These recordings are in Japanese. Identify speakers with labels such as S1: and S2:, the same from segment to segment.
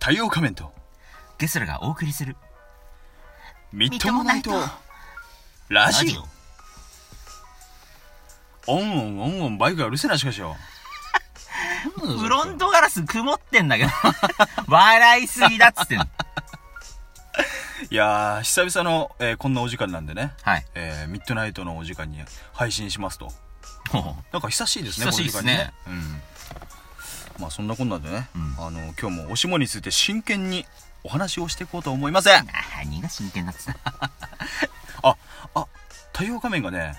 S1: 太陽仮面と
S2: ゲスラがお送りする
S1: みっともないとラジオオンオンオンオンバイクがうるせえなしかし よ
S2: フロントガラス曇ってんだけど 笑いすぎだっつってんの
S1: いやー久々の、えーこんなお時間なんでね、
S2: はい
S1: えーミッドナイトのお時間に配信しますと
S2: ほうほう
S1: なんか久しいですね
S2: 久しいですね
S1: この時間ねうんまあそんなこんなでね、
S2: うん
S1: あの今日もおしもについて真剣にお話をしていこうと思いますあ
S2: 何が真剣だっつって
S1: あ太陽仮面がね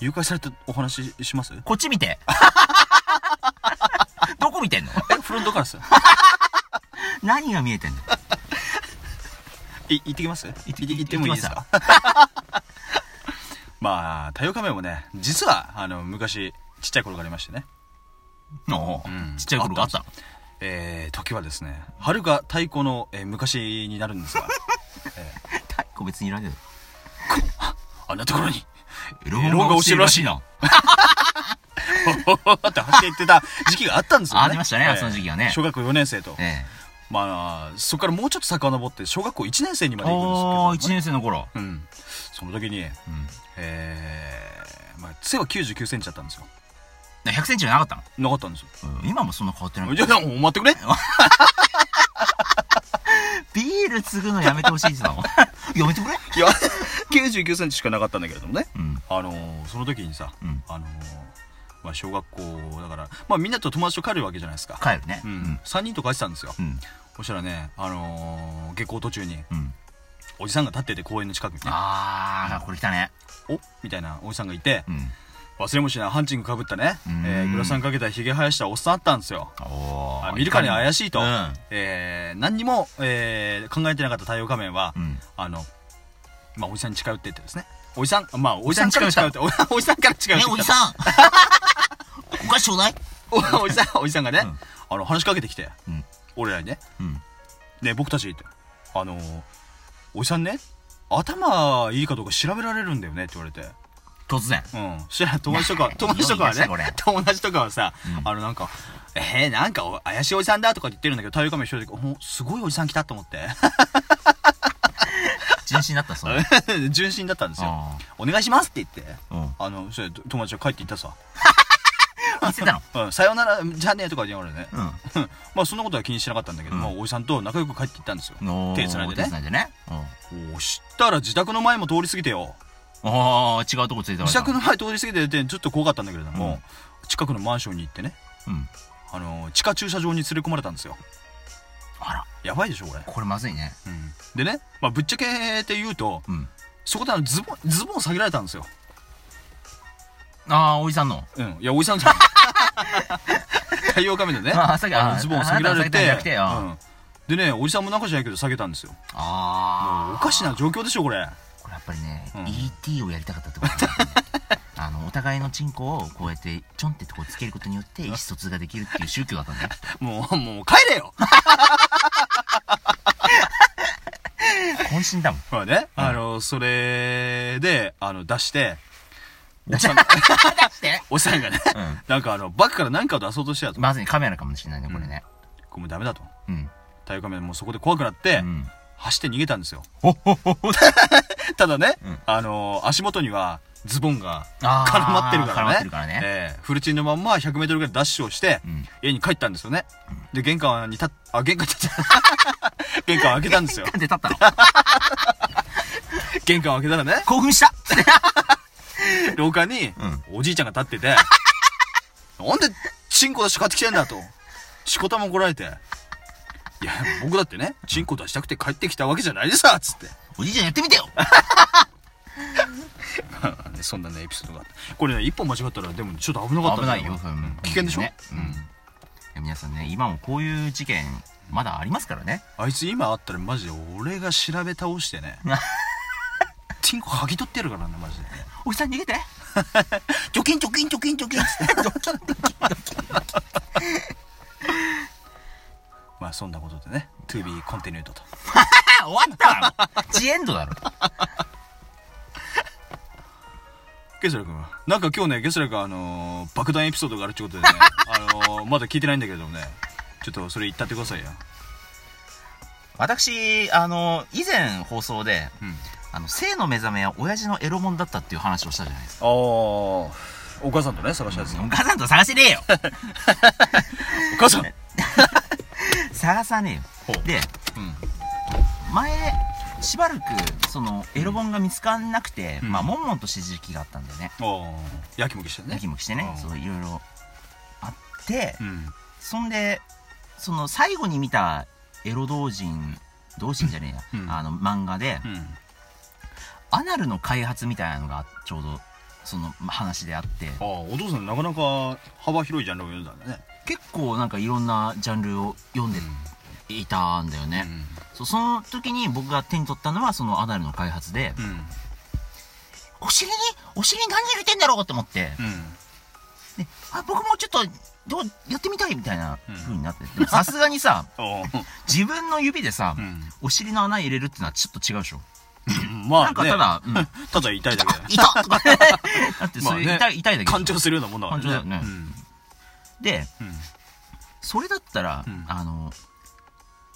S1: 誘拐されたお話しします
S2: こっち 見てどこ見てんの
S1: えフロントガラス
S2: 何が見えてんの
S1: い行ってきます
S2: 行って
S1: い
S2: 行っ
S1: 行って
S2: て
S1: もいいですか まあ太陽仮面もね実はあの昔ちっちゃい頃がありましてね
S2: の、
S1: うん
S2: ちっちゃい頃があったの
S1: えー、時はですねはるか太古の、えー昔になるん ですが
S2: 太鼓別にいらねえだ
S1: あんなところに
S2: ろ
S1: エロ本が落ちてるらしい
S2: な
S1: おーってはって言ってた時期があったんですよ、ね、
S2: ありましたねその時期はね
S1: 小学校4年生と、
S2: ええ
S1: まあそこからもうちょっと遡って小学校1年生にまで行くんですけど
S2: あ
S1: も
S2: あ
S1: ね、
S2: 1年生の頃
S1: うん、その時に
S2: うん
S1: えー、まあ背は9 9センチだったんですよ
S2: 1 0 0ンチじゃなかったの
S1: なかったんですよ
S2: うん今もそんな変わってない
S1: じゃあもう待ってくれ
S2: ビール継ぐのやめてほしいで すなやめてくれ
S1: いや9 9センチしかなかったんだけれどもね
S2: うん
S1: あのー、その時にさ、
S2: うん
S1: あのーまあ、小学校だから、まあ、みんなと友達と帰るわけじゃないですか、
S2: 帰るね
S1: うん3人と帰ってたんですよ、
S2: うん
S1: そしたらね、あのー下校途中に
S2: うん
S1: おじさんが立ってて公園の近くにね
S2: ああこれ来たね
S1: おみたいなおじさんがいて、
S2: うん
S1: 忘れもしないハンチングかぶったね
S2: う、ん
S1: えーグラサンかけたひげ生やしたおっさんあったんですよ
S2: お
S1: あ見るからに怪
S2: しい
S1: しいと、
S2: うん
S1: えー何にも、えー考えてなかった太陽仮面は、
S2: うん
S1: あの、まあ、おじさんに近寄ってってですねおじさんまあおじさんから近寄っておじおじさんから近寄っ
S2: ね
S1: て
S2: おじ
S1: きた
S2: さんお菓子ちょうだい
S1: おおじさんおじさんがね、
S2: うん
S1: あの話しかけてきて
S2: うん
S1: 俺らにね
S2: うん
S1: ね僕たちってあのーおじさんね頭いいかどうか調べられるんだよねって言われて
S2: 突然
S1: うんそしたら友達とか
S2: ね
S1: 友達とかは
S2: 匂いがしたこ
S1: ね
S2: れ
S1: 友達とかはさ、
S2: うん
S1: あのなんかえー、なんかお怪しいおじさんだとか言ってるんだけど太陽仮面正直おすごいおじさん来たと思って
S2: 純真だったそれ
S1: 純真だったんですよ
S2: あ
S1: お願いしますって言って
S2: ーうん
S1: あのそしたら友達が帰っていったさ
S2: 言ってたの
S1: うん、さよなら、じゃあねとか言われてね。
S2: うん
S1: まあ、そんなことは気にしてなかったんだけど、
S2: うん
S1: まあ、おじさんと仲良く帰っていったんですよ。
S2: おー
S1: 手繋いでね
S2: 手繋いでね。
S1: おしたら自宅の前も通り過ぎてよ。
S2: うん。ああ、違うとこついて
S1: 自宅の前通り過ぎてて、ちょっと怖かったんだけれども、近くのマンションに行ってね、
S2: うん。
S1: あのー地下駐車場に連れ込まれたんですよ。
S2: あら、
S1: やばいでしょ、これ。
S2: これまずいね。
S1: うん、でね、まあ、ぶっちゃけって言うと、
S2: うん。
S1: そこであのズボン、ズボン下げられたんですよ。
S2: ああ、おじさんの。
S1: うん。いや、おじさん じゃん。太陽カメラでね、
S2: あ下げ
S1: あの
S2: あ
S1: ズボンを下げられ
S2: あ
S1: て
S2: あなたが下げたんじゃなくて
S1: うん、でね、おじさんもなんかじゃないけど下げたんですよ。もう
S2: あ
S1: おかしな状況でしょ、これ。
S2: あ。これやっぱりね、
S1: うん
S2: ET をやりたかったってことだよねあの、お互いのチンコをこうやって、ちょんってとこつけることによって、意思疎通ができるっていう宗教だったんだよ。
S1: もう、もう帰れよ
S2: 渾身だもん。
S1: まあね、
S2: うん
S1: あの、それで、あの、出して、
S2: 出して。
S1: おっさんがね、
S2: う
S1: なんかあの、バッグから何かを出そうとしてたと。
S2: ん。まずいカメラかもしれないね、これね。
S1: これもうダメだと。
S2: うん。
S1: 太陽カメラもうそこで怖くなって、
S2: うん。
S1: 走って逃げたんですよ。
S2: ほっほっほっほ
S1: ただね、
S2: うん
S1: あの、足元には、ズボンが
S2: あー
S1: 絡まってるからね。
S2: 絡まってるからね
S1: ええフルチンのまんま100メートルぐらいダッシュをして、
S2: うん
S1: 家に帰ったんですよね。で、玄関に立っ、あ、玄関に立っ玄関を開けたんです よ。
S2: で立ったの
S1: 玄関を開けたらね、
S2: 興奮した
S1: 廊下に、おじいちゃんが立って て、なんで、チンコ出して買ってきてんだと。しこたま怒られて。いや、僕だってね、チンコ出したくて帰ってきたわけじゃないでさ、つって。
S2: おじいちゃんやってみてよ
S1: ねそんなね、エピソードがあった。これね、一本間違ったら、でもちょっと危なかったんだうん危険でしょ、
S2: ねうんいや皆さんね今もこういう事件まだありますからね
S1: あいつ今あったらマジで俺が調べ倒して ね。チンコ剥ぎ取ってやるからね、マジでね。
S2: おじさん逃げて
S1: チョキンチョキンチョキンチョキンっつって。 まあそんなことでね、to be continued と。
S2: あ終わった わもうジエンドだろ
S1: ゲスラ君はなんか今日ねゲスラがあのー、爆弾エピソードがある ってことでねあのー、まだ聞いてないんだけどもねちょっとそれ言ったってくださいよ
S2: 私、あの、以前放送で、
S1: うん。
S2: あの、性の目覚めは親父のエロモンだったっていう話をしたじゃないですか。
S1: ああ、お母さんとね、探したんですよ
S2: お。母さんと探してねえよ
S1: お母さんうん。
S2: 探さねえ
S1: ほ
S2: よ。
S1: う
S2: で、前、しばらく、その、エロ本が見つからなくて、
S1: うん
S2: まあ、もんもんとしてる時期があったんだよね。
S1: ああ、やきもきして
S2: や
S1: ね
S2: き。もきして
S1: う
S2: ね
S1: ん、
S2: そう、いろいろあって、
S1: うん。
S2: そんで、その、最後に見たエロ同人、同人じゃねえ
S1: うん
S2: や、あの、漫画で
S1: う、ん。
S2: アナルの開発みたいなのが、ちょうど、その話であって、
S1: ああ、お父さんなかなか幅広いジャンルを読んだんだね。
S2: 結構なんかいろんなジャンルを読んでいたんだよね、そうその時に僕が手に取ったのはそのアダルの開発で、
S1: うん。うん。
S2: お尻にお尻に何入れてんだろうって思って、であ僕もちょっとどうやってみたいみたいな風になってでもさすがに さ
S1: ああ、
S2: 自分の指でさ、
S1: うん。
S2: お尻の穴入れるってのはちょっと違うでしょ、
S1: うんまあ、ね、
S2: なんかただ、 うん、
S1: ただ痛いだけ だよ
S2: 痛っ とかだってそれ痛い,、
S1: まあね
S2: 痛いだけでしょ
S1: 感情するようなもんだからね。
S2: 感情だよねで
S1: うん。うん。
S2: それだったら、
S1: うん
S2: あの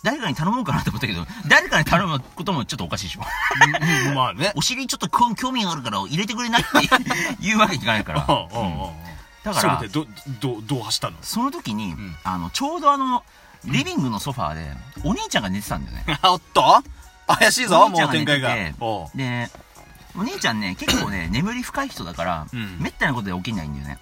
S2: 誰かに頼もうかなと思ったけど誰かに頼むこともちょっとおかしいでし ょ
S1: うんまあね。
S2: お尻ちょっとこ興味があるから入れてくれないって言うわけにいかない から。
S1: ああああ
S2: うん
S1: ああ
S2: だから
S1: それで、ど、ど、どう走ったの
S2: その時に、
S1: ん
S2: あの、ちょうどあの、リビングのソファーで、お兄ちゃんが寝てたんだよね。
S1: あおっと怪しいぞ、
S2: お兄
S1: も
S2: ちゃ
S1: うん
S2: が寝
S1: 展
S2: てて
S1: 開が。おう
S2: で、お兄ちゃんね、結 構ね、眠り深い人だから、
S1: うん
S2: めったなことで起きないんだよね。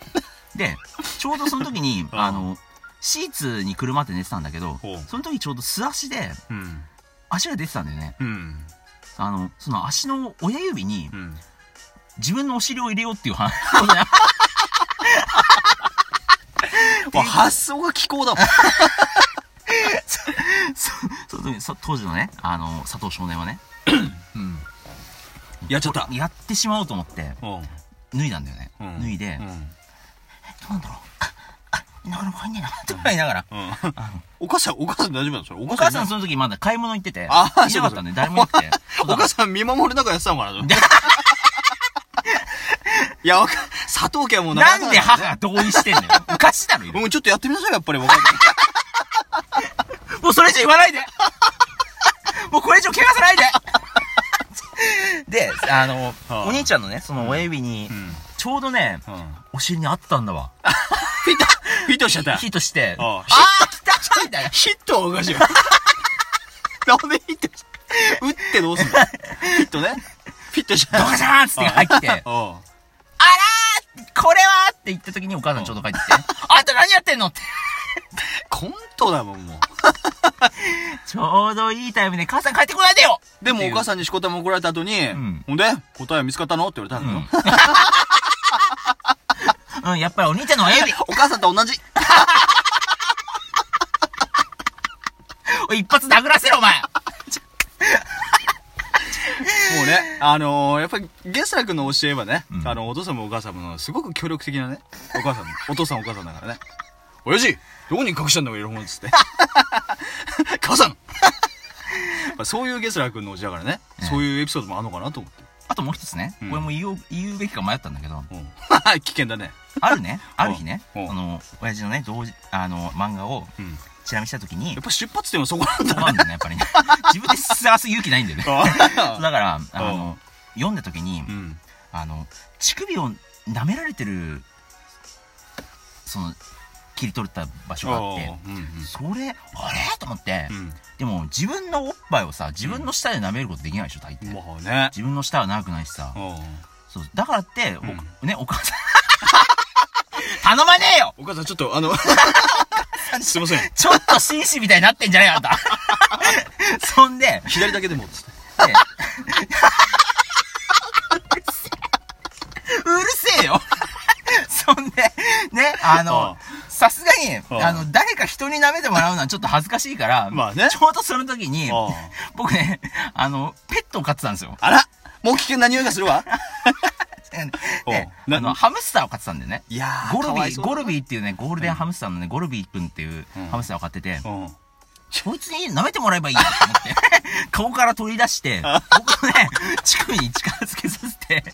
S2: で、ちょうどその時 に、
S1: うん
S2: あの、シーツにくるまって寝てたんだけど
S1: ほう、
S2: その時ちょうど素足で
S1: うん。
S2: 足が出てたんだよね。
S1: うん。
S2: あの、その足の親指に
S1: うん。
S2: 自分のお尻を入れようっていう 話。
S1: まあ発想が気候だもん。
S2: そその時そ当時のね、あの、佐藤少年はね、うん
S1: やっちゃった。
S2: やってしまおうと思って、
S1: おう
S2: 脱いだんだよね。
S1: うん
S2: 脱いで、
S1: う
S2: ど
S1: ん
S2: うなんだろうあ、あ、なかなか入んねえな、とか言いながら。
S1: うん。お母さん、お母さん大丈夫なのそれ。お
S2: お母さ
S1: いな
S2: ん
S1: い
S2: その時まだ買い物行ってて、いな
S1: あ
S2: か
S1: ー
S2: ったんで、誰もいなく て。そう
S1: お
S2: だか
S1: 母
S2: ら
S1: さん見守る中やってたのかないや、わか佐藤家はもうなかな
S2: な
S1: か
S2: んで母が同意してんのよ。 おかしいだろ、今
S1: うん、ちょっとやってみなさい、やっぱり。わかんない
S2: もうそれ以上言わない でもうこれ以上怪我さないで で、あの、
S1: はあ
S2: お兄ちゃんのね、その親指に、
S1: うん。
S2: ちょうどね、
S1: うん。
S2: お尻にあったんだわ。
S1: フィット、フィットしちゃった。
S2: ヒットして、
S1: ああ
S2: あー、来たみたいな。
S1: ヒットはおかしいよ。なんでヒットし打ってどうすんのヒットね。フィットしちゃ
S2: ドカ
S1: う。
S2: シャーンっつって入 って、あら
S1: おう
S2: ーこれはーって言った時にお母さんちょうど帰ってきて、あんた何やってんのって。
S1: コントだもん、もう。
S2: ちょうどいいタイムで母さん帰ってこないでよ
S1: でもお母
S2: さ
S1: さんにしこたま怒られた後に、
S2: ん
S1: ほんで答え見つかったのって言われたのよ。
S2: ん。 うん、やっぱりお兄ちゃんの親指、
S1: お母さんと同じ。
S2: お一発殴らせろお前
S1: もうね、あのー、やっぱり、ゲスラ君の教えはね、
S2: うん
S1: あの、お父さんもお母さんも、すごく協力的なね、お母さん も、お父さんお母さんだからね。親父どこに隠したんだよ、エロ本っつって。 母さん まあそういうゲスラ君の教えだからね、
S2: うん
S1: そういうエピソードもあるのかなと思って。
S2: あともう一つね、
S1: うん
S2: これも言おう、言うべきか迷ったんだけど、
S1: うん。 危険だね。
S2: あるね、ある日ね、あ
S1: うん
S2: の、親父のね、同時、あの、漫画を、
S1: うん。や
S2: チラ見した時に
S1: っ、ぱ出発点はそこなん
S2: そう
S1: だ。
S2: なんだよね、やっぱりね。 自分で探す勇気な いんだよね。そう だから、あの、読んだ時に
S1: う、 ん。
S2: あの、乳首を舐められてる、その、切り取った場所があって、
S1: うんうん
S2: それ、あれと思って、
S1: うん。
S2: でも自分のおっぱいをさ、自分の舌で舐めることできないでしょ、大抵。
S1: まあね。
S2: 自分の舌は長くないしさ。
S1: お
S2: そう、だからって、
S1: ん
S2: おね、お母さん。 頼まねえよ
S1: 母さん、ちょっと、あ の、すいません。
S2: ちょっと紳士みたいになってんじゃねえよ、あんた。 そんで、
S1: 左だけでも、つって。
S2: でうるせえよ そんで、ね、あ
S1: あ
S2: の、さすがに、
S1: あ
S2: あの、誰か人に舐めてもらうのはちょっと恥ずかしいから、
S1: まあね
S2: ちょうどその時に
S1: ああ、
S2: 僕ね、あの、ペットを飼ってたんですよ。
S1: あらもう危険な匂いがするわ。 おう
S2: で、
S1: な
S2: あの、ハムスターを飼ってたんだよね。
S1: いや
S2: ゴルビー、ゴ
S1: ル
S2: ルビーっていうね、ゴールデンハムスターのね、ゴルビーくんっていう
S1: うん
S2: ハムスターを飼ってて、
S1: うん。
S2: こいつに舐めてもらえばいいよと思って、 顔から取り出して、僕のね、乳首に力づけさせて、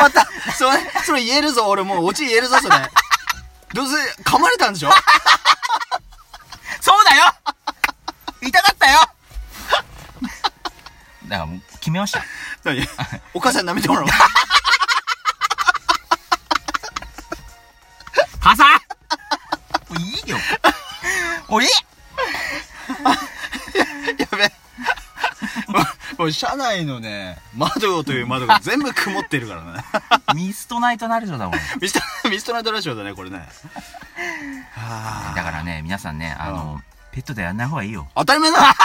S1: また、それ、それ言えるぞ、俺もう、オチ言えるぞ、それ。どうせ、噛まれたんでしょ
S2: そうだよ痛かったよだからもう決めました。
S1: 何お母さん舐めてもらおう。
S2: 母さんもうい いよ。もういい
S1: やべえ。もうもう車内のね、窓という 窓が全部曇ってるからね。
S2: ミストナイトナルジョだもん。
S1: ミスト、ミストナイトラジオだね、これね。はあ
S2: だからね、皆さんね、あの、
S1: う
S2: ペットでやんない方がいいよ。
S1: 当たり前だ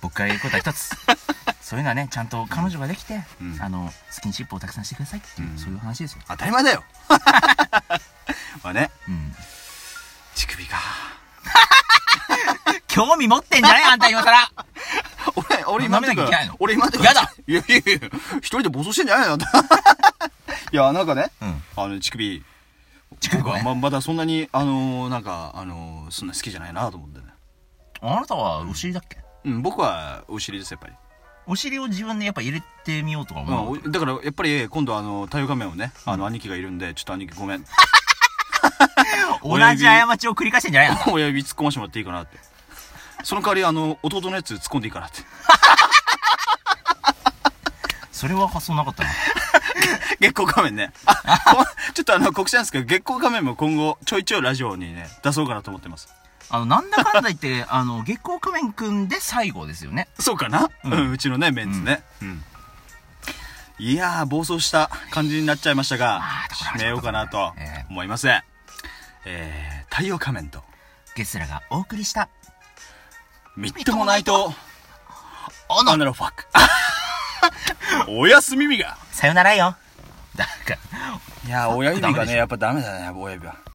S2: 僕から言うことは一 つ。そういうのはね、ちゃんと彼女ができて、
S1: うん
S2: あの、スキンシップをたくさんしてくださいっていう、
S1: うん
S2: そういう話ですよ。
S1: 当たり前 だよまあね、
S2: うん。
S1: 乳首か。
S2: 興味持ってんじゃねえあんた今更
S1: 俺、俺今のと
S2: 舐めなきゃい
S1: こ
S2: けないの
S1: 俺今のとこ
S2: やだ
S1: いやいやいや、一人で暴走してんじゃない のいや、なんかね、
S2: うん。
S1: あの、乳首、
S2: 乳首
S1: 僕
S2: ね
S1: はままだそんなに、あのー、なんか、あのー、そんな好きじゃないなと思ってね。
S2: あなたはお尻だっけ
S1: うん、僕はお尻です、やっぱり。
S2: お尻を自分でやっぱ入れてみようとか
S1: まあ
S2: 思う。
S1: お、だからやっぱり今度あの太陽仮面をねあの兄貴がいるんでちょっと兄貴ごめん
S2: 同じ過ちを繰り返してんじゃないの
S1: 親指突っ込ましてもらっていいかなってその代わりあの弟のやつ突っ込んでいいかなって
S2: それは発想なかったな。
S1: 月光仮面ねあこちょっとあの告知なんですけど月光仮面も今後ちょいちょいラジオにね出そうかなと思ってます
S2: あの、なんだかんだ言って、あの、月光仮面くんで最後ですよね。
S1: そうかな、う
S2: うん
S1: んうちのねメンツね、うんいやー暴走した感じになっちゃいましたが
S2: あーだから
S1: 締めようかなと
S2: ええ
S1: 思います、ええー太陽仮面と
S2: ゲスラがお送りした。
S1: みっともないと
S2: あ
S1: アナロファック。 親耳が。
S2: さよならよ。だから。
S1: いや、親
S2: 指がね
S1: やっぱダメだね、親指は。